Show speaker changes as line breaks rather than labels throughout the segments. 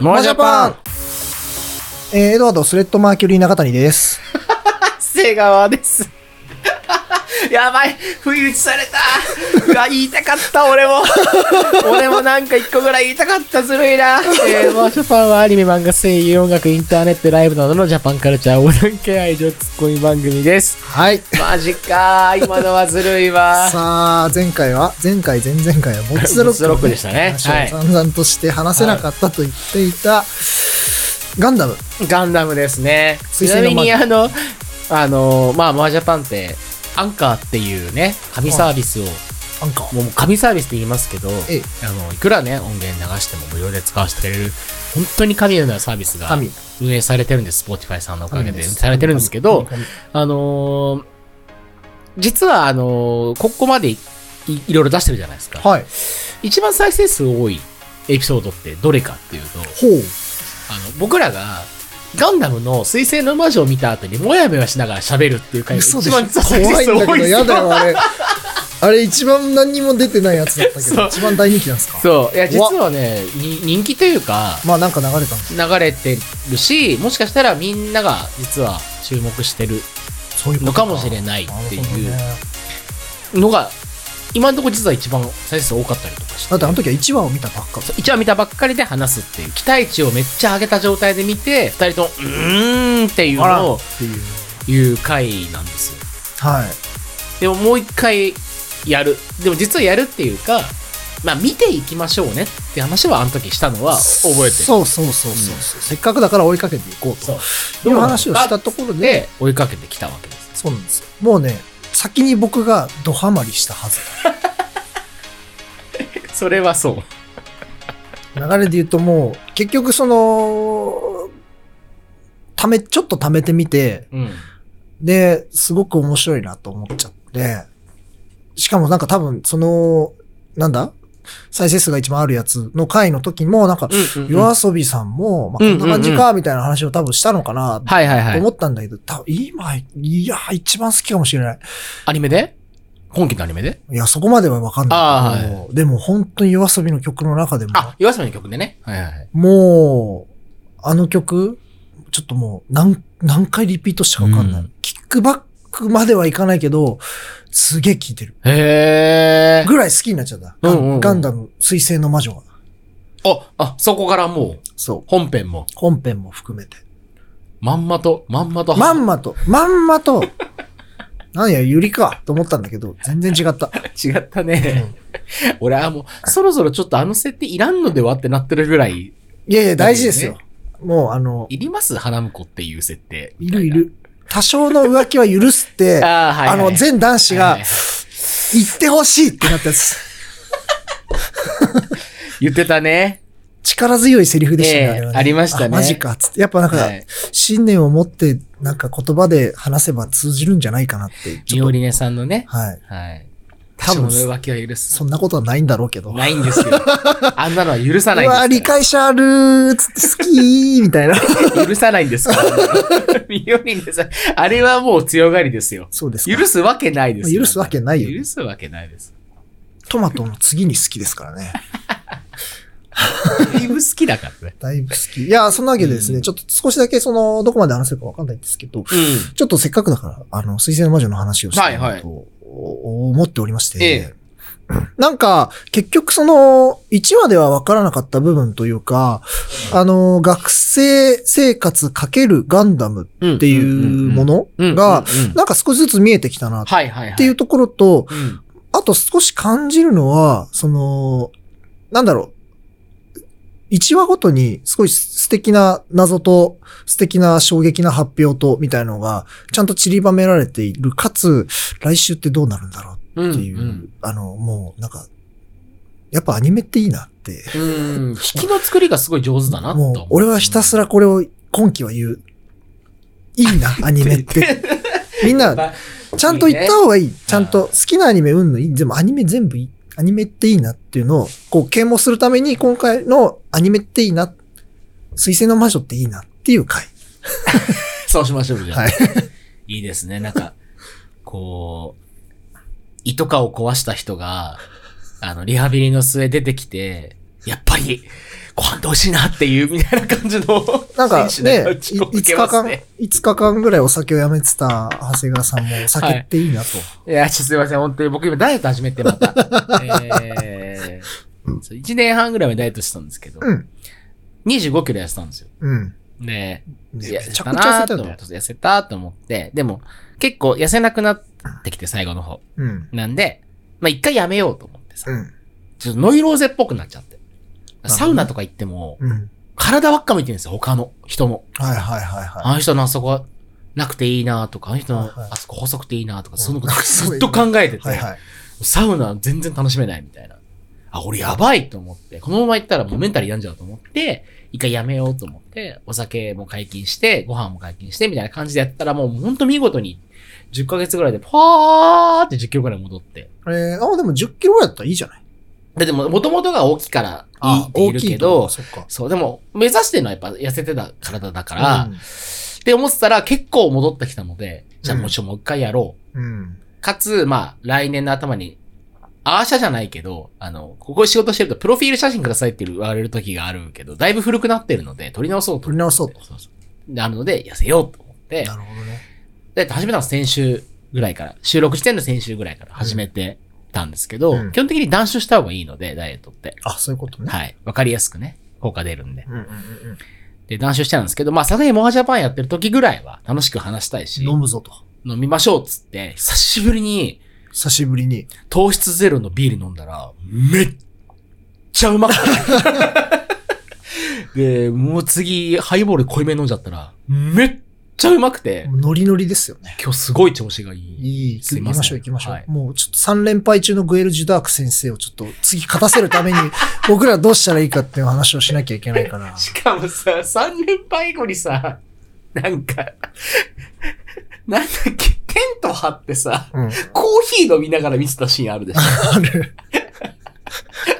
モアジャパン
えー、エドワード、スレッドマーキュリー中谷です。
瀬川です。 やばい不意打ちされたうわ、言いたかった、俺 も。俺もなんか一個ぐらい言いたかった、ずるいな。
えー、モアジャパンはアニメ、漫画、声優、音楽、インターネット、ライブなどのジャパンカルチャー、横断系愛情ツッコミ番組です。
はい。
マジか今のはずるいわ。
さあ、前回は、前回、前々回は、ボツロックの、
ボツロックでしたね
話を
はい
散々として話せなかったと言っていた、ガンダム。
ガンダムですね。ち
水星
な
の魔
み
女
に、あの、あの、まあ、モアジャパンって、アンカーっていうね、紙サービスを、
なんか、
もう紙サービスって言いますけど、
ええ
あの、いくらね、音源流しても無料で使わせてくれる、本当に神のようなサービスが
神
運営されてるんです、Spotify さんのおかげ
神
で。
です
されてるんですけど、
神
あのー実はあのーここまでいいろいろ出してるじゃないですか。
はい。
一番再生数多いエピソードってどれかっていうと、
ほう。
あの、僕らが、ガンダムの水星の魔女を見た後にもやもやしながら喋るっていう回が
嘘で
一
しょ
番再生
怖い
数
んだ
多
け
い
ど、
です
や
よ
だよ、あれ。あれ、一番何にも出てないやつだったけ
そ
ど、
う
一番大人気なんですか
そう。いや、実
怖っ
はね、に人気というか、
まあ、なんか流れたんです。
流れてるし、もしかしたらみんなが実は注目してる
そういうこ
の
と
かもしれないって
なるほど
い
ね
うのが、今のところ実は一番再生数多かったりとかして
だっ。て、あの時は1話を見たばっか。
そう一話見たばっかりで話すっていう期待値をめっちゃ上げた状態で見て二人とも「うーん」っていう
あら
のを
っていう。
言う回なんですよ
はい。
でももう一回やるでも実はやるっていうかまあ見ていきましょうねって話はあの時したのは覚えてる
そうそうそうそうそう、せっかくだから追いかけていこうと
ど
いうう
なの
話をしたところで、
で追いかけてきたわけです
そうなんですよ。もうね、先に僕がドハマりしたはず。
それはそう
流れで言うともう、結局その、ため、ちょっと貯めてみて、
うん
で、すごく面白いなと思っちゃって、しかもなんか多分その、なんだ再生数が一番あるやつの回の時も、なんか、
うんうんうん
夜遊びさんも、まあ、こ
うんうん
ん
うん
な感じか、みたいな話を多分したのかな、
はいはいは
と
い
思ったんだけど、多分今、いや、一番好きかもしれない。
アニメで今期のアニメで
いや、そこまではわかんないけ
あ
ど、でも本当に夜遊びの曲の中でも、
あ岩の曲でねはいはいはい
もう、あの曲、ちょっともう何、何回リピートしたかわかんない。
うん
キックバックまではいかないけど、すげえ聴いてる。
へえ
ぐらい好きになっちゃった。ガ
う
ン
んうんうん
ガンダム、水星の魔女が。
ああそこからもう
そう。
本編も
本編も含めて。
まんまとまんまと
まんまと、まんまと、なんや、ゆりか、と思ったんだけど、全然違った。
違ったね。 俺はもう、そろそろちょっとあの設定いらんのではってなってるぐらい、
いやいや、大事ですよ。
だ
もう、あの、
いります花婿っていう設定。
いるい。る。多少の浮気は許すって、
ああ、はい、は
あ
い。
の、全男子
はい
が
はい、
行ってほしいってなったやつ。
言ってたね。
力強いセリフでしたね。
ええ
れは
ありましたね
あマジか、つって。やっぱなんか、
はい
信念を持って、なんか言葉で話せば通じるんじゃないかなって。
ミ
ちょ
オ
っと
リネさんのね。
はい。
はい。
多
多
分
分の浮気は許す。
そんなことはないんだろうけ ど。
ないんですよ。あんなのは許さな
う
いんです
わ、理解者あるー、つって好きー、み たいな。
許さないんですから。ミオリネさん、あれはもう強がりですよ。
そうですか。
許すわけないですよ
許すわけないよ
許すわけないです。
トマトの次に好きですからね。
だいぶ好きだからね。
だいぶ好き。いや、そんなわけでですね、
うん
ちょっと少しだけその、どこまで話せるかわかんないんですけど、
う
ちょっとせっかくだから、あの、水星の魔女の話をした
はい
い
は
ないとお思っておりまして、
え
なんか、結局その、1話では分からなかった部分というか、あの、学生生活かけるガンダム
ん。
っていうもの
うん
が、、
うんうんうん
なんか少しずつ見えてきたなっ
はいはいはい。
ていうところと、
うん。
あと少し感じるのは、その、なんだろう。1話ごとに、すごい素敵な謎と、素敵な衝撃な発表と、みたいのが、ちゃんと散りばめられている。かつ、来週ってどうなるんだろうっていう、
うん
あの、もう、なんか、やっぱアニメっていいなって。
うん、引きの作りがすごい上手だなと
もう、俺はひたすらこれを、今期は言う。いい な、アニメって。みんな、ちゃんと言った方がいい。ちゃんと好きなアニメ、うんぬい。でもアニメ全部いい。アニメっていいなっていうのを、こう、啓蒙するために、今回のアニメっていいな。水星の魔女っていいなっていう回。
そうしましょうじゃあ、
はい
い、いですねなんかこう胃とかを壊した人があのリハビリの末出てきてやっぱり、ご飯って美味しいなっていう、みたいな感じの。
なんかね、
選手だよ
5
自己受
日
けます
間、
ね
5日間ぐらいお酒をやめてた長谷川さんもお酒っていいなと。
いや、ちょっとすいません。本当に僕今ダイエット始めてま た。えー、そう1年半ぐらいはダイエットしてたんですけど、
うん。25
25キロ痩せたんですよ。
うん。
で、
ね
痩
め
せ
ちゃ
た
くちゃ
な
痩せ
と
た
思
よ
っ
ね
て、。痩せたと思って、でも結構痩せなくなってきて最後の方。
うん。
なんで、まあ一回やめようと思ってさ、
うん。
ちょっとノイローゼっぽくなっちゃって。サウナとか行っても、
うん。
体ばっか見てるんですよ、他の人の。
はいはいはいは
あの人のあそこなくていいなとか、あの人の
はい
あそこ細くていいなとか、その
うん
ずっと考えてて
い。、はいはい。
サウナ全然楽しめないみたいな。あ、俺やばいと思って、このまま行ったらもうメンタル病んじゃうと思って、一回やめようと思って、お酒も解禁して、ご飯も解禁して、みたいな感じでやったらもうほんと見事に、10ヶ月ぐらいでパーって10キロぐらい戻って。
えー、あ、でも10キロやったらいいじゃない。
で、でも、もともとが大きいからいいって言えるけ
と
ど
か、そっか。
そう、でも、目指してるのはやっぱ痩せてた体だから、
うん
って思ってたら結構戻ってきたので、じゃあもうちょ、もう一回やろう。
うん。
かつ、まあ、来年の頭に、アーシャじゃないけど、あの、ここで仕事してると、プロフィール写真くださいって言われる時があるけど、だいぶ古くなってるので、撮り直そうと。
取り直そうと。
そうそうなので、痩せようと思って、
なるほどね。
だって始めたの先週ぐらいから、収録時点の先週ぐらいから始めてたんですけど、
うん
基本的に断酒した方がいいので、ダイエットって。
あ、そういうことね。
はい。わかりやすくね、効果出るんで
う。んうんうん
で、断酒してたんですけど、まあ、さすがにモハジャパンやってる時ぐらいは楽しく話したいし、
うん。飲むぞと。
飲みましょうっつって、久しぶりに
久しぶりに。
糖質ゼロのビール飲んだら、めっちゃうまかった。 で、もう次、ハイボール濃いめ飲んじゃったら、めっちゃうまくて、
ノリノリですよね。
今日すごい調子がいい。
いい、
すい
行き
ません
ましょう行きましょう。
はい
もうちょっと3連敗中のグエル・ジュダーク先生をちょっと次勝たせるた めに僕らどうしたらいいかっていう話をしなきゃいけない から。
しかもさ、3連敗後にさ、なんか、なんだっけ、テント張ってさ、
うん。
コーヒー飲みながら見てたシーンあるでしょ。
ある。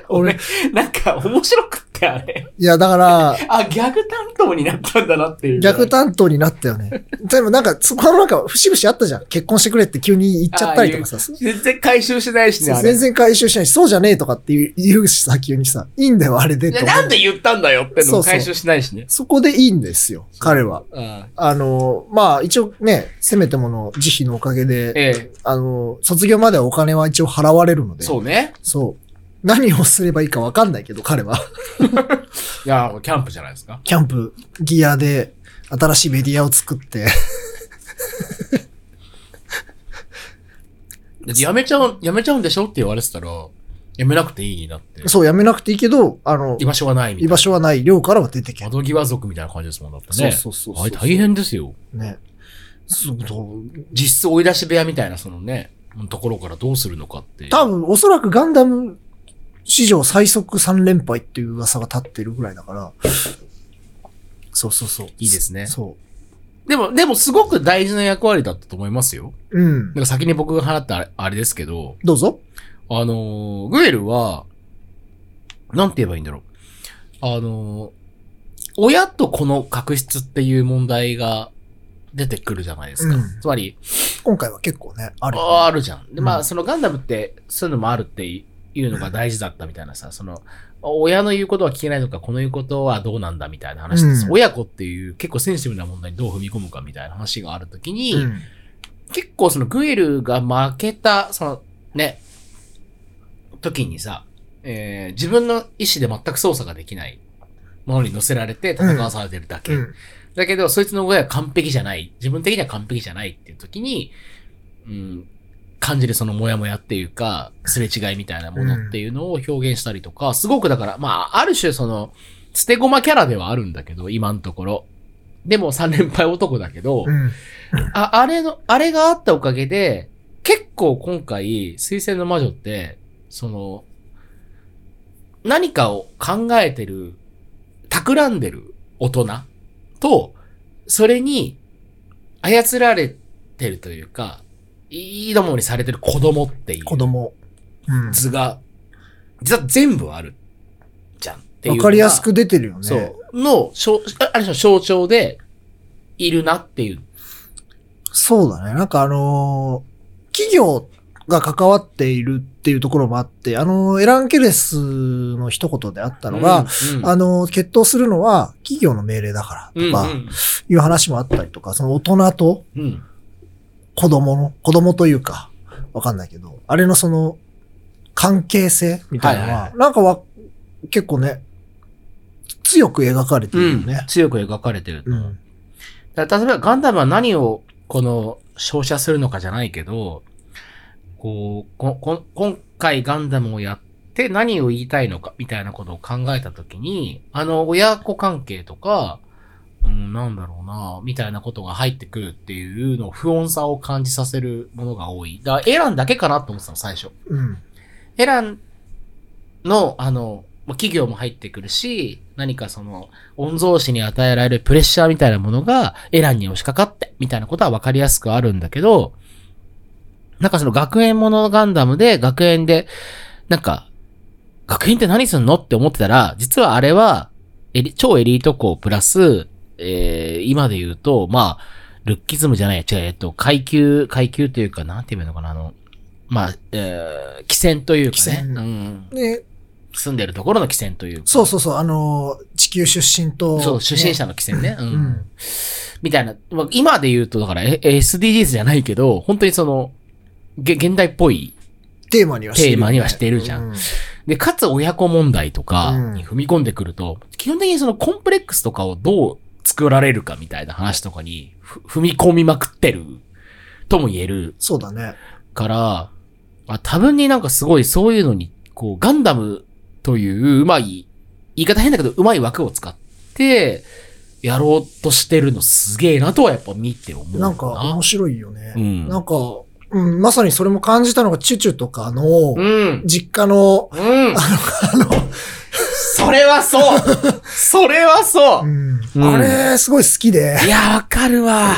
俺、
なんか面白くってあれ。
いやだから、
あ、ギャグ担当になったんだなっていう。
逆担当になったよね。でもなんか、そこはなんか、節々あったじゃん。結婚してくれって急に言っちゃったりとかさ。そう
全然回収しないしね、あれ。
全然回収しないし、そうじゃねえとかって言う言うしさ、急にさ、いいんだよ、あれでと
で
思う。
なんで言ったんだよっての
そう
も
そう
回収しないしね。
そこでいいんですよ、彼は。
あ
あの、まあ、一応ね、せめてもの慈悲のおかげで、
ええ、
あの、卒業まではお金は一応払われるので。
そうね。
そう。何をすればいいかわかんないけど、彼は。
いや、キャンプじゃないですか。
キャンプ、ギアで、新しいメディアを作って。
やめちゃう、やめちゃうんでしょって言われてたら、やめなくていいになって。
そう、やめなくていいけど、あの
居、場所はないみたい
居
な。
場所はない、寮からは出てけん。
窓際族みたいな感じですもんだってね。
そうそうそうそう
あれ大変ですよ。
ね。そう、そう
実質追い出し部屋みたいな、そのね、ところからどうするのかって。
多分、おそらくガンダム史上最速3連敗っていう噂が立ってるぐらいだから。そうそうそう。
いいですね
そ
でも、でもすごく大事な役割だったと思いますよ。
う。う
な
ん
ん。か先に僕が払ったあれあれですけど、
どうぞ。
あのーグエルは、なんて言えばいいんだろう。あのー親と子の確執っていう問題が出てくるじゃないですか。
うん
つまり、
今回は結構ね、あ
あ
るよね。
あるじゃん。で、ま
う
あ、
ん
そのガンダムって、そういうのもあるっていうのが大事だったみたいなさ、その、親の言うことは聞けないのか、この言うことはどうなんだみたいな話です。
うん
親子っていう結構センシティブな問題にどう踏み込むかみたいな話があるときに、
うん
結構そのグエルが負けた、そのね、時にさ、えー自分の意思で全く操作ができないものに乗せられて戦わされてるだけ。
うん。
だけど、そいつの声は完璧じゃない。自分的には完璧じゃないっていう時に、うん、感じるそのモヤモヤっていうか、すれ違いみたいなものっていうのを表現したりとか、すごくだから、まあ、ある種その、捨て駒キャラではあるんだけど、今のところ。でも3連敗男だけど、
うん。
あ、あれの、あれがあったおかげで、結構今回、水星の魔女って、その、何かを考えてる、企んでる大人と、それに操られてるというか、いいどもにされてる子供っていう
子供。うん。
図が、実は全部ある、じゃんっていう
わ
のが。
かりやすく出てるよね。
そう。の、象あある種の象徴で、いるなっていう。
そうだね。なんかあのー企業が関わっているっていうところもあって、あの、エランケレスの一言であったのが、
うん
あの、決闘するのは企業の命令だからとか、いう話もあったりとか、その大人と
うんうん
子供の、子供というか、わかんないけど、あれのその、関係性みたいなのは、
はいはい
なんかわ、結構ね、強く描かれて
う
いるよ
ん
ね。
強く描かれてる。
うん。
だから例えばガンダムは何をこの照射するのかじゃないけど、こう、ここ今回ガンダムをやって何を言いたいのかみたいなことを考えたときに、あの親子関係とか、うん、なんだろうな、みたいなことが入ってくるっていうのを不穏さを感じさせるものが多い。だからエランだけかなと思ってたの、最初。
うん。
エランの、あの、まあ企業も入ってくるし、何かその、御曹司に与えられるプレッシャーみたいなものが、エランに押しかかって、みたいなことは分かりやすくあるんだけど、なんかその学園ものガンダムで、学園で、なんか、学園って何すんのって思ってたら、実はあれは、エリ超エリート校プラス、えー、今で言うと、まあ、ルッキズムじゃない、違う、えっと、階級、階級というか、なんて言うのかな、あの、まあ、えー、汽船というか
汽
ね、
船
うん、
で、
住んでるところの汽船というか、
そうそうそう、あの、地球出身と、
そう、
ね
初心者の規制ね。うん。
うん
みたいな。まあ今で言うと、だからえ SDGs じゃないけど、本当にその、げ現代っぽい。
テーマにはしてるよね、
テーマにはしてるじゃん
う。
で、かつ親子問題とか
うん
に踏み込んでくると、基本的にそのコンプレックスとかをどう作られるかみたいな話とかにふ踏み込みまくってるとも言える
そうだね。
から、あ多分になんかすごいそういうのに、こう、ガンダムといううまい、言い方変だけど、うまい枠を使って、やろうとしてるのすげえなとはやっぱ見て思う。
なんか面白いよね。
うん
なんか、うん、まさにそれも感じたのが、チュチュとか
う、
の
ん。
実家の、
うん。
あの、
それはそうそれはそううん
うん
あれ、すごい好きで。
いや、わかるわ。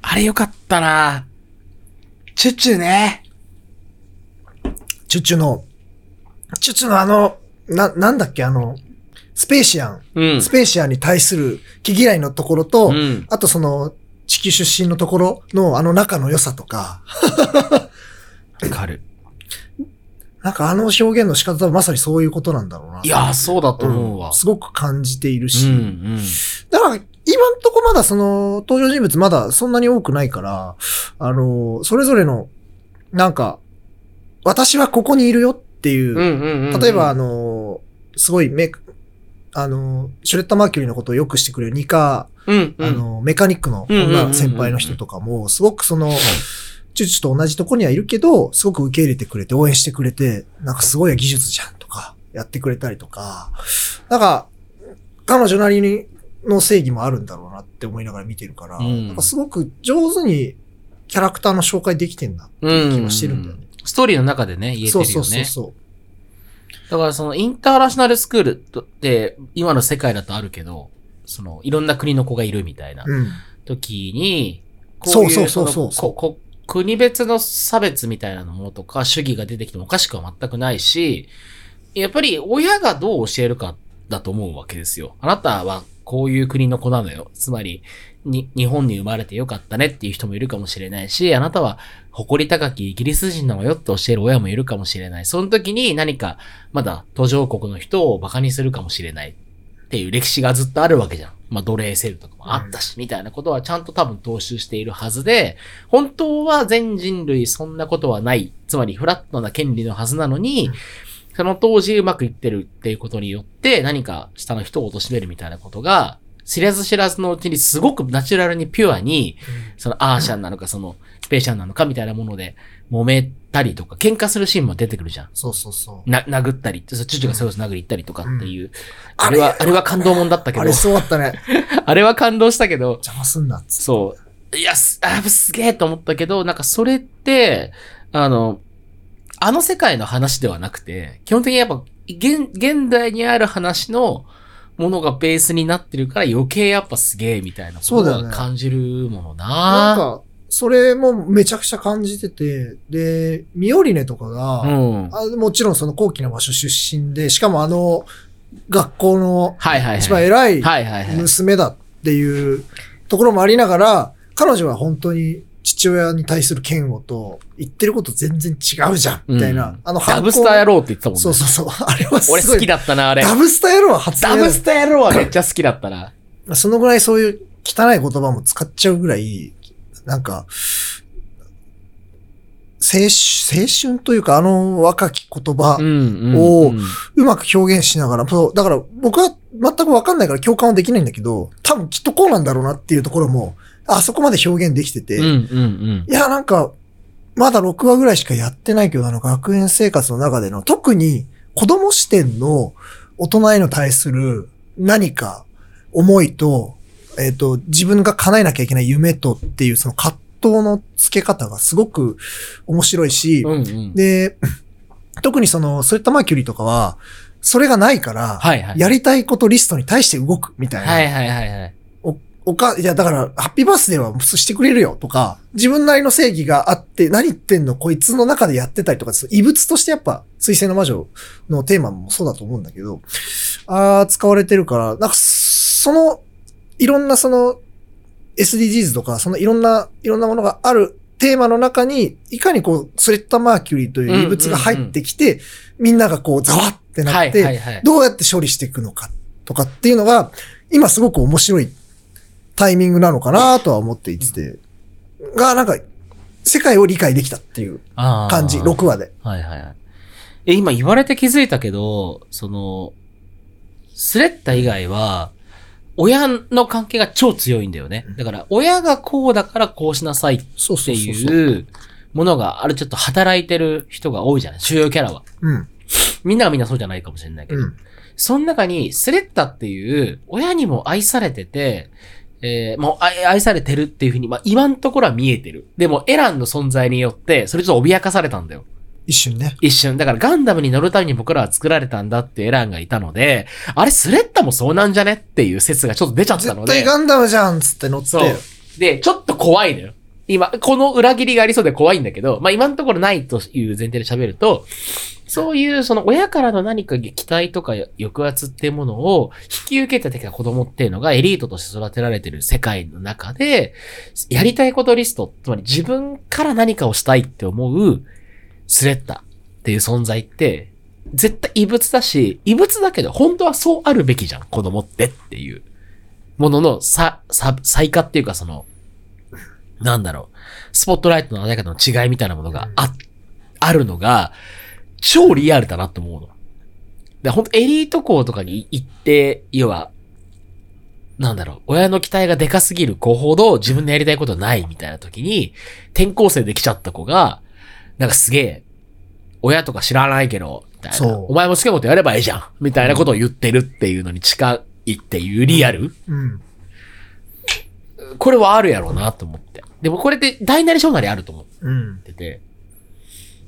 あれよかったな。
チュチュね。
チュチュの、チュチュのあの、な、なんだっけ、あの、スペーシア
うん
ン、スペーシアンに対する気嫌いのところと、
うん。
あとその、地球出身のところのあの仲の良さとか、
わかる。
なんかあの表現の仕方はまさにそういうことなんだろうな。
いや、そうだと思う
う
わ
ん。すごく感じているし、
うん、うん。
だから、今んとこまだその、登場人物まだそんなに多くないから、あの、それぞれの、なんか、私はここにいるよってい
う
う、
ん、うん。うん
例えば、あ、の、すごいメ、あの、シュレッダーマーキュリーのことをよくしてくれるニカ、
うん、う
あ
ん。
の、メカニックの
うんうんうんうん
女先輩の人とかも、すごくその、チュチュと同じとこにはいるけど、すごく受け入れてくれて、応援してくれて、なんかすごい技術じゃんとか、やってくれたりとか、なんか、彼女なりに、の正義もあるんだろうなって思いながら見てるから、
うん
なんかすごく上手にキャラクターの紹介できてんなっていう気はしてるんだよね。
ストーリーの中でね、言えて
そう
る
そ
よ
うそう
ね。
そう。
だからそのインターナショナルスクールとって今の世界だとあるけど、そのいろんな国の子がいるみたいな
うん。
時に、こい
そうそうそうそう
のここ国別の差別みたいなものとか主義が出てきてもおかしくは全くないし、やっぱり親がどう教えるかだと思うわけですよ。あなたはこういう国の子なのよ。つまり、に、日本に生まれてよかったねっていう人もいるかもしれないし、あなたは誇り高きイギリス人なのよって教える親もいるかもしれない。その時に何か、まだ途上国の人を馬鹿にするかもしれないっていう歴史がずっとあるわけじゃん。まあ奴隷制度とかもあったし、みたいなことはちゃんと多分踏襲しているはずで、本当は全人類そんなことはない。つまりフラットな権利のはずなのに
うん、
その当時うまくいってるっていうことによって何か下の人を貶めるみたいなことが、知らず知らずのうちにすごくナチュラルにピュアに、そのアーシャンなのかそのスペーシャンなのかみたいなもので揉めたりとか、喧嘩するシーンも出てくるじゃん。
そうそうそう。
な、殴ったりって、そう、チュチュがそれこそ殴り行ったりとかっていう。
うん
あれは、あれは感動もんだったけ
あ
ど、
れそうだったね。
あれは感動したけど、
邪魔すんなっつって。
そう。いや、す、あ、すげえと思ったけど、なんかそれって、あの、あの世界の話ではなくて、基本的にやっぱ、現、現代にある話のものがベースになってるから余計やっぱすげえみたいなこと
そうだよ
は
ね
感じるもの
なん
な
か、それもめちゃくちゃ感じてて、で、ミオリネとかが、
うん。
あもちろんその高貴な場所出身で、しかもあの、学校の
はいはいはい。
一番偉い
はいはいはい。
娘だっていうところもありながら、彼女は本当に父親に対する嫌悪と、言ってること全然違うじゃん、みたいな。
うん
あの、
ダブスター野郎って言ってたもんね。
そうそうそう。あれはすごい。
俺好きだったな、あれ。
ダブスター野郎は初
ダ
耳
ブスター野郎はめっちゃ好きだったな。
そのぐらいそういう汚い言葉も使っちゃうぐらい、なんか、青春、青春というか、あの若き言葉
う、ん。うん
おー
うん
うまく表現しながら、そう、だから僕は全くわかんないから共感はできないんだけど、多分きっとこうなんだろうなっていうところも、あそこまで表現できてて、
うん
い
うん
や、なんか、まだ6話ぐらいしかやってないけど、あの学園生活の中での、特に子供視点の大人への対する何か思いと、えっ、と、自分が叶えなきゃいけない夢とっていうその葛藤の付け方がすごく面白いし、
うん。うんうん。
で、特にその、そういったマーキュリーとかは、それがないから、
はいはい。
やりたいことリストに対して動くみたいな。
はいはいはいはい。
お、おか、いや、だから、ハッピーバースデーはしてくれるよとか、自分なりの正義があって、何言ってんのこいつの中でやってたりとか、その異物としてやっぱ、水星の魔女のテーマもそうだと思うんだけど、あー、使われてるから、なんか、その、いろんなその、SDGs とか、そのいろんな、いろんなものがあるテーマの中に、いかにこう、スレッタ・マーキュリーという異物が入ってきて、みんながこう、ざわってな
は
っ
い
て、
はいはい。
どうやって処理していくのかとかっていうのが、今すごく面白いタイミングなのかなとは思っていて、が、なんか、世界を理解できたっていう
感
感じ、6話で。
はいはいはい。え、今言われて気づいたけど、その、スレッタ以外は、親の関係が超強いんだよね。だから、親がこうだからこうしなさいっ
そう
て
そうそうそう。
いうものがあるちょっと働いてる人が多いじゃない主要キャラは。
うん、
みんながみんなそうじゃないかもしれないけど。
うん、
その中に、スレッタっていう、親にも愛されてて、えーもう愛愛されてるっていうふうに、まあ今のところは見えてる。でも、エランの存在によって、それちょっと脅かされたんだよ。
一瞬ね。
一瞬。だからガンダムに乗るために僕らは作られたんだっていうエランがいたので、あれスレッタもそうなんじゃねっていう説がちょっと出ちゃったの
絶
で。
対ガンダムじゃんっつって乗って、
そう。で、ちょっと怖いのよ。今、この裏切りがありそうで怖いんだけど、まあ今のところないという前提で喋ると、そういうその親からの何か期待とか抑圧っていうものを引き受けてきた子供っていうのがエリートとして育てられてる世界の中で、やりたいことリスト、つまり自分から何かをしたいって思うスレッタっていう存在って、絶対異物だし、異物だけど本当はそうあるべきじゃん、子供ってっていう。ものの、さ、さ、最下っていうかその、なんだろう、スポットライトの当たり方の違いみたいなものがあ、あるのが、超リアルだなと思うの。で、本当エリート校とかに行って、要は、なんだろう、親の期待がでかすぎる子ほど自分のやりたいことないみたいな時に、転校生できちゃった子が、なんかすげえ、親とか知らないけど、みたいな
そう
お前も好きなことやればいいじゃんみたいなことを言ってるっていうのに近いっていうリアル、
うん。
これはあるやろうなと思って。でもこれって大なり小なりあると思っ
うん。
てて。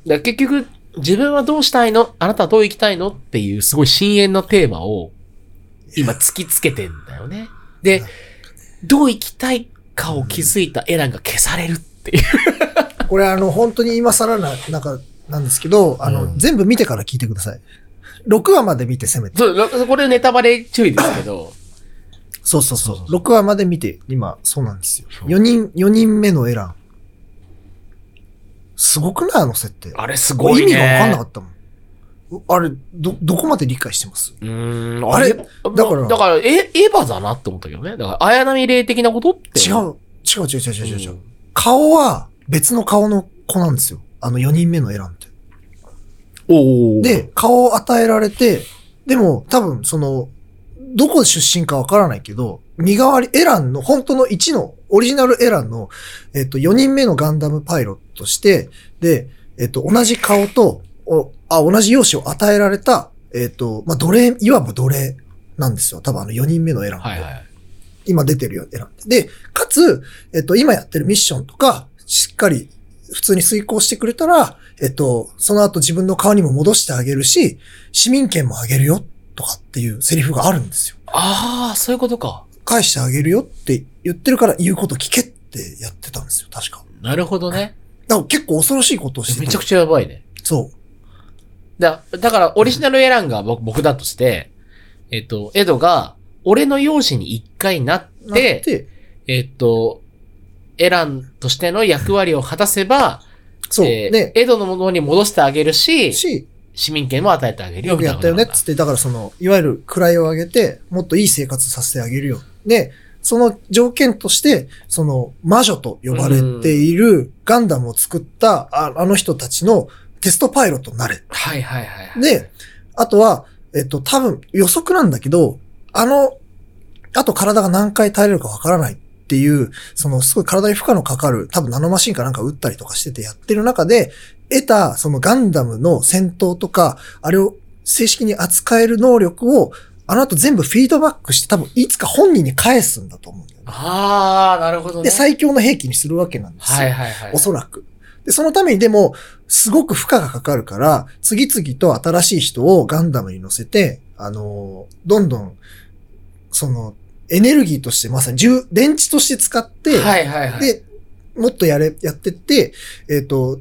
だから結局、自分はどうしたいのあなたはどう生きたいのっていうすごい深淵のテーマを今突きつけてんだよね。で、どう生きたいかを気づいたエランが消されるっていう。
これあの、本当に今更な、なんか、なんですけど、あの、
うん
全部見てから聞いてください。6話まで見て、せめて。
そう、これネタバレ注意ですけど。
そうそうそう
そうそうそ
6話まで見て、今、そうなんですよ。
そう
4人、4人目のエラン。すごくないあの設定。
あれすごいね。
意味が分かんなかったもん。あれ、ど、どこまで理解してます
うーん、
あれ
だ
だから
だから、えエヴァだなって思ったけどね。だから、綾波霊的なことって。
違
ん。
う、違う違う違う違う違う。顔は別の顔の子なんですよ。あの4人目のエランって。
おー、
で、顔を与えられて、でも多分その、どこ出身かわからないけど、身代わり、エランの、本当の1の、オリジナルエランの、えっと、4人目のガンダムパイロットして、で、えっと、同じ顔と、おあ、同じ容姿を与えられた、えっと、まあ、奴隷、いわば奴隷なんですよ。多分あの4人目のエランって。
はいはい。
今出てるよ、選んで。で、かつ、えっと、今やってるミッションとか、しっかり普通に遂行してくれたら、えっと、その後自分の顔にも戻してあげるし、市民権もあげるよ、とかっていうセリフがあるんですよ。
ああ、そういうことか。
返してあげるよって言ってるから言うこと聞けってやってたんですよ、確か。
なるほどね。
だから結構恐ろしいことをして
めちゃく
ゃ。
ちゃやばいね。
そう。
だだから、オリジナルエランが僕僕だとして、えっと、エドが、俺の容姿に一回なって、
で、
えっと、エランとしての役割を果たせば、
そう。
えー
ね。
江戸のものに戻してあげるし、
し、
市民権も与えてあげるよ
よく
みたい
や
な
ったよねっ
こと
つって、だからその、いわゆる位を上げて、もっといい生活させてあげるよ。で、その条件として、その、魔女と呼ばれているガンダムを作ったああの人たちのテストパイロットになれ。
なんだはいはいはいはい。
で、あとは、えっと、多分予測なんだけど、あの、あと体が何回耐えれるかわからないっていう、そのすごい体に負荷のかかる、多分ナノマシンかなんか打ったりとかしててやってる中で、得たそのガンダムの戦闘とか、あれを正式に扱える能力を、あの後全部フィードバックして多分いつか本人に返すんだと思うんだよね。
ああ、なるほどね。
で、最強の兵器にするわけなんですよ。
はいはいはい。
おそらく。で、そのためにでも、すごく負荷がかかるから、次々と新しい人をガンダムに乗せて、あのー、どんどん、その、エネルギーとして、まさに充、電池として使って、
はいはいはい。
で、もっとやれ、やってって、えっ、と、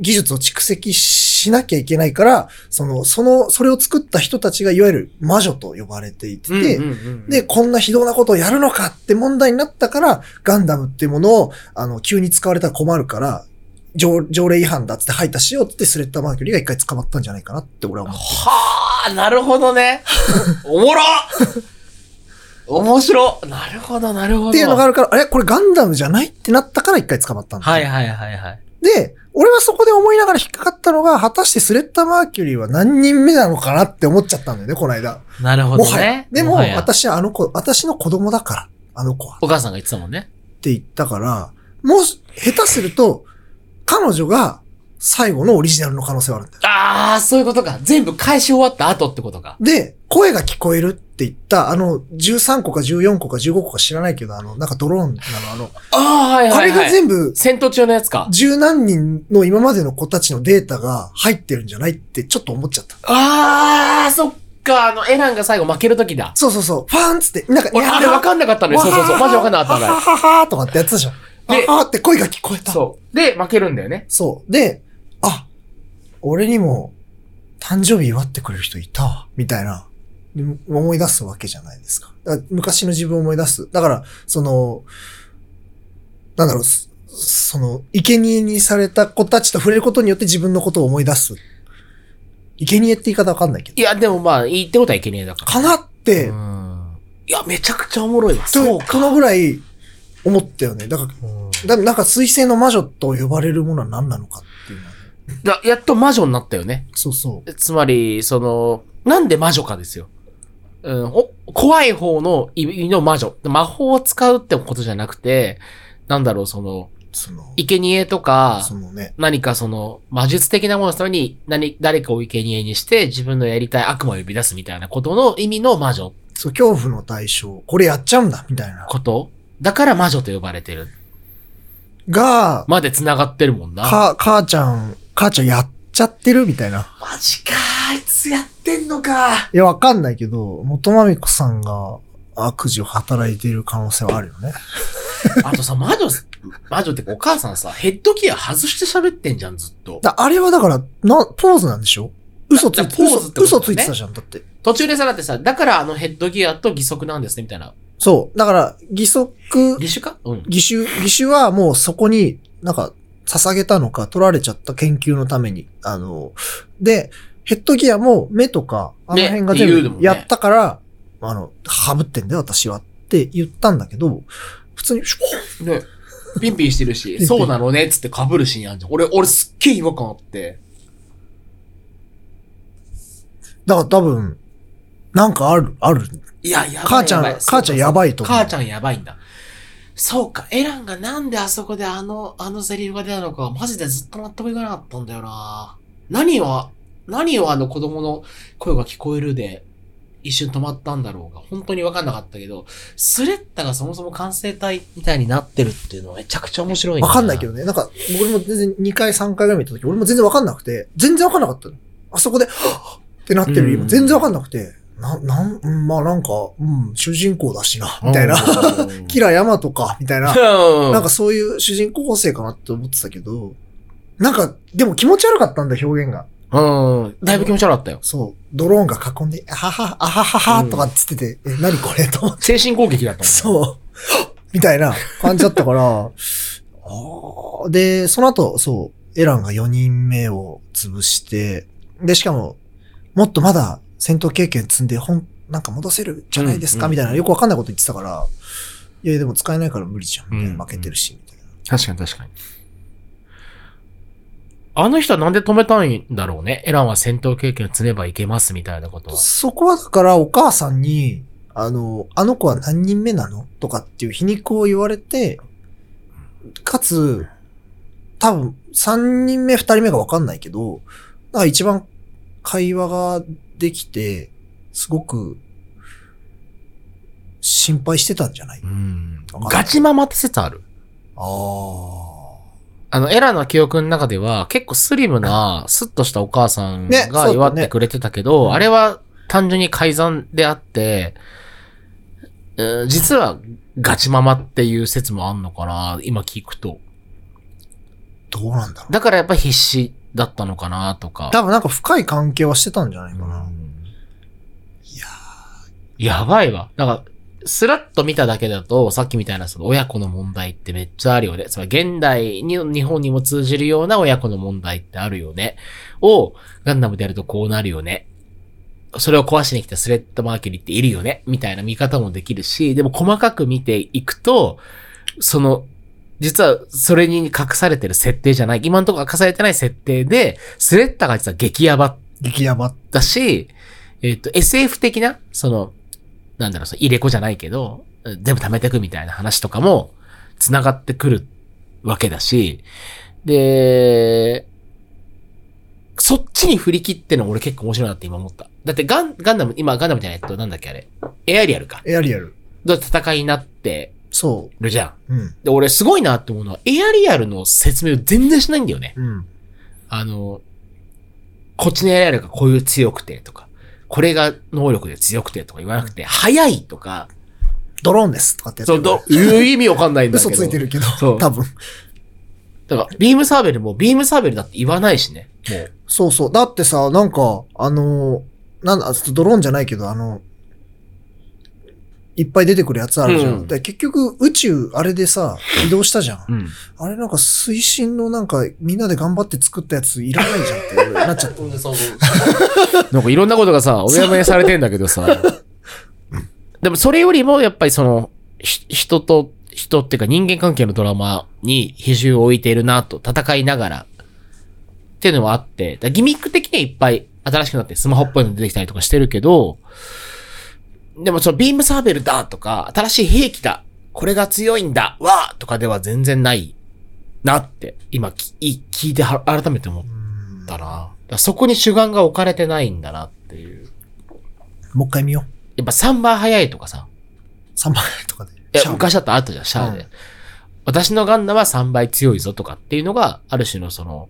技術を蓄積しなきゃいけないから、その、その、それを作った人たちが、いわゆる魔女と呼ばれていて、
うんうんうんうん
で、、こんな非道なことをやるのかって問題になったから、ガンダムっていうものを、あの、急に使われたら困るから、条条例違反だっつって排他しようっつってスレッタ・マーキュリーが一回捕まったんじゃないかなって俺は思う。
はあ、なるほどね。おもろ面白なるほど、なるほど。
っていうのがあるから、あれこれガンダムじゃないってなったから一回捕まったんだ。
はいはいはいはい。
で、俺はそこで思いながら引っかかったのが、果たしてスレッタ・マーキュリーは何人目なのかなって思っちゃったんだよね、この間。
なるほ
も
ど
はや
ね。。
でも、
はや
私はあの子、私の子供だから、あの子は。
お母さんが言ってたもんね。
って言ったから、もし、下手すると、彼女が最後のオリジナルの可能性はあるんだよ。
ああ、そういうことか。全部返し終わった後ってことか。
で、声が聞こえるって言った、あの、13個か14個か15個か知らないけど、あの、なんかドローンなの、あの、
ああ、はい
あ
はい、
れ
はい。
が全部、
戦闘中のやつか。
十何人の今までの子たちのデータが入ってるんじゃないってちょっと思っちゃった。
ああ、そっか。あの、エランが最後負けるときだ。
そうそうそう、ファーンっつって、なんか、
俺、あれ分
ん
かんなかったのよ。そうそうそう。マジ分かんなかったの
は
よ。
はははとかってやつでしょ。
で
ああって声が聞こえた。
そう。で、負けるんだよね。
そう。で、あ、俺にも誕生日祝ってくれる人いたわ、みたいな、で思い出すわけじゃないですか。だから昔の自分を思い出す。だから、その、なんだろう、そその、生贄にされた子たちと触れることによって自分のことを思い出す。生贄って言い方わかんないけ
い
ど。
や、でもまあ、いいってことはいけねえだから。
かなって、
うんいや、めちゃくちゃおもろいわ。そう
このぐらい思ったよね。だから、
うん
だなんか水星の魔女と呼ばれるものは何なのかっていうのはね、
だやっと魔女になったよね。
そうそう。
つまり、その、なんで魔女かですよ。うん、お怖い方の意味の魔女。魔法を使うってことじゃなくて、なんだろう、その、
その、
生贄とか
そ、のね、
何かその、魔術的なもののために、何、誰かを生贄にして、自分のやりたい悪魔を呼び出すみたいなことの意味の魔女
そう、恐怖の対象、これやっちゃうんだ、みたいな。
こと。だから魔女と呼ばれてる。
が、
まで繋がってるもんな。
か、母ちゃん、母ちゃんやっちゃってるみたいな。
マジかあいつやってんのか
いや、わかんないけど、元まみこさんが悪事を働いている可能性はあるよね。
あとさ、魔女、魔女ってかお母さんさ、ヘッドギア外して喋ってんじゃん、ずっと。
だあれはだから、な、ポーズなんでしょ嘘つい
だ
て、
ポーズってことだね
嘘嘘ついてたじゃん、だって。
途中でさ、だってさ、だからあのヘッドギアと義足なんですね、みたいな。
そう。だから、義足、
義手かうん。
義手、義手はもうそこになんか捧げたのか、取られちゃった研究のために。あの、で、ヘッドギアも目とか、あの辺が
ねって言う
全
のも
部
ね
やったから、あの、はぶってんだよ、私はって言ったんだけど、普通に、シュポン
ね。ピンピンしてる
ピンピ
し、
ン
そうなのね、つって被るシーンあんじゃん。俺、俺すっげえ違和感あって。
だから多分、なんかある、ある。
いや、やばい。
母ちゃ
や
ん
ばい
母ちゃんやばいと思う
母ちゃんやばいんだ。そうか、エランがなんであそこであの、あのセリフが出たのか、マジでずっと納得いかなかったんだよな。何は、何をあの子供の声が聞こえるで、一瞬止まったんだろうが、本当にわかんなかったけど、スレッタがそもそも完成体みたいになってるっていうのはめちゃくちゃ面白い
わかんないけ
ど。
どね。なんか、俺も全然2回、3回ぐらい見た時、俺も全然わかんなくて、全然わかんなかったの。あそこで、は っってなってる
う
今、
ん
全然わかんなくて、な、なん、うんまあなんか、うん、主人公だしな、みたいな。
うん
キラヤマトか、みたいな。
な
なんか、そういう主人公生かなって思ってたけど、なんか、でも気持ち悪かったんだ、表現が。
うん。だいぶ気持ち悪かったよ。
そう。ドローンが囲んで、あはは、あははは、とかっつってて、え、何これと思っ
精
て。
神攻撃だったもん。
そう。みたいな感じだったから、あーで、その後、そう、エランが4人目を潰して、で、しかも、もっとまだ戦闘経験積んで、本、なんか戻せるじゃないですか、
うん
みたいな、よくわかんないこと言ってたから、いや、でも使えないから無理じゃん、みたい
うん
な、負けてるし、みたいな。
確かに確かに。あの人はなんで止めたいんだろうね。エランは戦闘経験を積めばいけますみたいなことは。
そこはだから、お母さんに、あの、あの子は何人目なのとかっていう皮肉を言われて、かつ、多分、3人目、2人目がわかんないけど、なんか一番会話ができて、すごく、心配してたんじゃない
うん。ガチママって説ある。
ああ。
あの、エランの記憶の中では、結構スリムな、スッとしたお母さん
ねそう
が
だね
祝ってくれてたけど、
うん
あれは単純に改ざんであって、うん実はガチママっていう説もあんのかな、今聞くと。
どうなんだろう。
だからやっぱ必死だったのかな、とか。
多分なんか深い関係はしてたんじゃないかな。いや
やばいわ。だから、スラッと見ただけだと、さっきみたいなその親子の問題ってめっちゃあるよね。つまり現代に、日本にも通じるような親子の問題ってあるよね。を、ガンダムでやるとこうなるよね。それを壊しに来たスレッドマーキュリーっているよね。みたいな見方もできるし、でも細かく見ていくと、その、実はそれに隠されてる設定じゃない、今のところ明かされてない設定で、スレッタが実は激ヤバっ
激ヤバ。
だし、えっ、と、SF 的な、その、なんだろう、その入れ子じゃないけど、うん全部貯めてくみたいな話とかも、繋がってくるわけだし、で、そっちに振り切っての俺結構面白いなって今思った。だってガン、ガンダム、今ガンダムじゃない、えっと、なんだっけあれ。エアリアルか。
エアリアル。
の戦いになって
そ
るじゃん。
う。うん。
で、俺すごいなって思うのは、エアリアルの説明を全然しないんだよね。
うん。
あの、こっちのやりやるがこういう強くてとか、これが能力で強くてとか言わなくて、早いとか、
ドローンですとかってやつ
そう、ど、いう意味わかんないんだけど。
嘘ついてるけど、
そう
多分。
だから、ビームサーベルも、ビームサーベルだって言わないしね。もう。
そうそう。だってさ、なんか、あのー、なんだ、ちょっとドローンじゃないけど、あの、いっぱい出てくるやつあるじゃん。
うん
で結局、宇宙、あれでさ、移動したじゃん。
うん。
あれなんか、水深のなんか、みんなで頑張って作ったやついらないじゃんって 俺なっちゃった。
なんかいろんなことがさ、おやめされてんだけどさ。でもそれよりも、やっぱりその、ひ人と、人っていうか人間関係のドラマに比重を置いているなと、戦いながら、っていうのはあって、だからギミック的にはいっぱい新しくなってスマホっぽいの出てきたりとかしてるけど、でもそのビームサーベルだとか、新しい兵器だ、これが強いんだ、わーとかでは全然ないなって、今きい聞いては改めて思った
う
だ
ん
な。だからそこに主眼が置かれてないんだなっていう。
もう一回見よ
やっぱ3倍早いとかさ。
う。3万円とかで。
い
シャ
や、
ア
昔だったらあったじゃん、シャアで。
うん
私のガンダムは3倍強いぞとかっていうのが、ある種のその、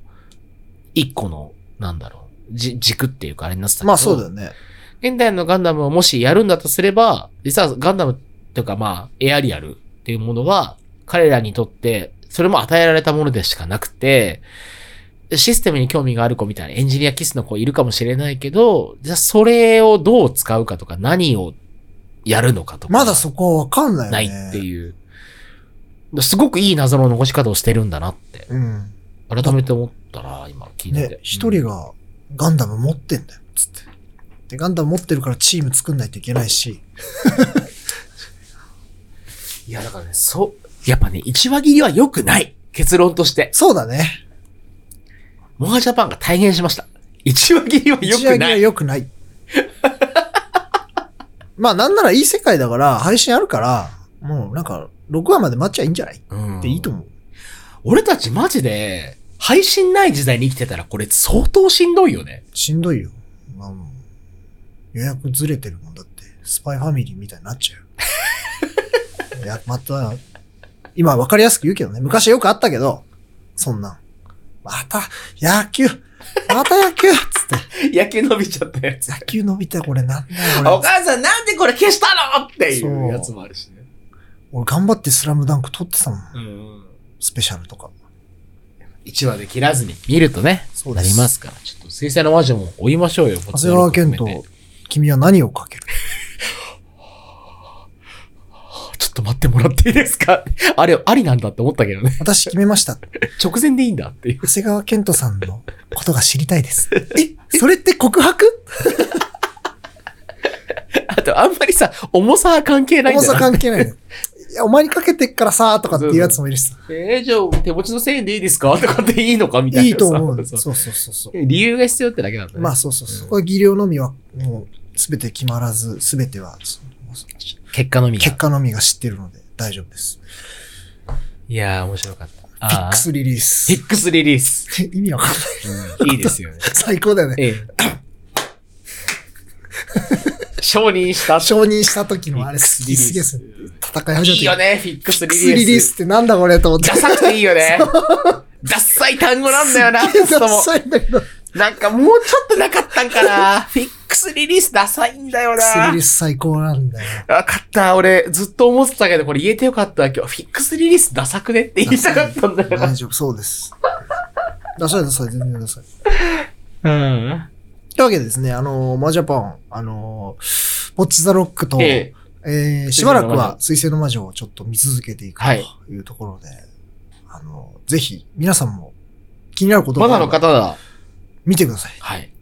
一個の、なんだろう、じ軸っていうかあれになってたけど。
まあそうだよね。
現代のガンダムをもしやるんだとすれば、実はガンダムというかまあ、エアリアルっていうものは、彼らにとって、それも与えられたものでしかなくて、システムに興味がある子みたいなエンジニアキスの子いるかもしれないけど、じゃあそれをどう使うかとか何をやるのかとか。
まだそこはわかんないよ
な
ね。
いっていう。すごくいい謎の残し方をしてるんだなって、
うん。
改めて思ったな、今聞いてて。
ね、一人がガンダム持ってんだよ、つって。で、ガンダム持ってるからチーム作んないといけないし、
いや、だからね、そう、やっぱね、一話切りは良くない結論として。
そうだね。
モアジャパンが体現しました。一話切りは良
打ち上
く
げ
な。
はい良くない。 まあ、なんならいい世界だから、配信あるから、もうなんか、6話まで待っちゃいいんじゃないっ
うん
ていいと思う。
俺たちマジで、配信ない時代に生きてたらこれ相当しんどいよね。
しんどいよ。まあ、もう予約ずれてるもんだって、スパイファミリーみたいになっちゃうよ。いや、また、今わかりやすく言うけどね、昔よくあったけど、そんなん。また、野球また野球つ って。
野球伸びちゃったやつ。
野球伸びたこれなんだよ、
お
俺。
母さんなんでこれ消したのっていうやつもあるしね。
俺頑張ってスラムダンク撮ってたもん。
うん。
スペシャルとか。
一話で切らずに見るとね、
そう
な
です
りますから。ちょっと水星の魔女も追いましょうよ。長
長谷川健と、君は何をかける
ちょっっと待ってもらっていいですか あれ、ありなんだって思ったけどね。
私決めました。
直前でいいんだっていう。
長谷川健人さんのことが知りたいです。え、それって告白
あと、あんまりさ、重さは関係ないん
重
だ
さ
よな。
関係ないの。いや、お前にかけてっからさーとかっていうやつもいるしさ。
えー、じゃあ、手持ちの1000円でいいですかとかっていいのかみたいないさ。
いと思う。
そ
そううそうそうそう。
理由が必要ってだけなんだね。
まあそうそうそう。これ技量のみは、もう、すべて決まらず、すべては、その
結果のみが。
結果のみが知ってるので大丈夫です。
いやー、面白かった。
ピック
あ
スリリー
ーピ
ス。
ックスリリース。
意味わかんない。
いいです よね。
最高だよね。
ええ。承認した。
承認した時のあれ、すげえすげえす
い
戦い始め
い
て。
よね、フィックス
ピ
リ
ック
リー
ス
ス。
リリースってなんだこれと思って
ダ。サくていい よね。ダッサい単語なんだよな、
すっげえ
そ
ダ
の
サいんだけど。ピ
なんかもうちょっとなかったん かな。フィックスリリースダサいんだよ
ックスリ
な
リー。ス最高なんだよ。
わかった。俺、ずっと思ってたけど、これ言えてよかった。今日、フィックスリリースダサくねって言いたかったんだよ
大丈夫、そうです。ダサいダサい、全然ダサい。
な。
というわけでですね、あのー、マージャパン、あのー、ポッチザロックと、
うん。ええ。
えー、しばらくは水星の魔女をちょっと見続けていく
はい
というところで、あの、ぜひ皆さんも気になること
まだの
が
方だ。
見てください。
はい。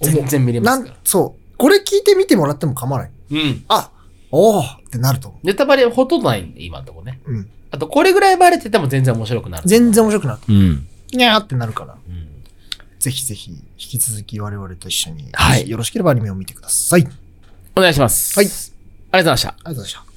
全然見れま
な
すか
ん
ら。、
そう。これ聞いてみてもらっても構わない。
うん。
あ、おーってなると思
ネタバレほとんどないんで、今のとこね。
う。うん。
あと、これぐらいバレてても全然面白くなる。
全然面白くなる。
うん。
にゃーってなるから。
うん。
ぜひぜひ、引き続き我々と一緒に、
はい
よろしければアニメを見てください。ありがとう
お願いします。
はい
ありがとうございました。
ございました。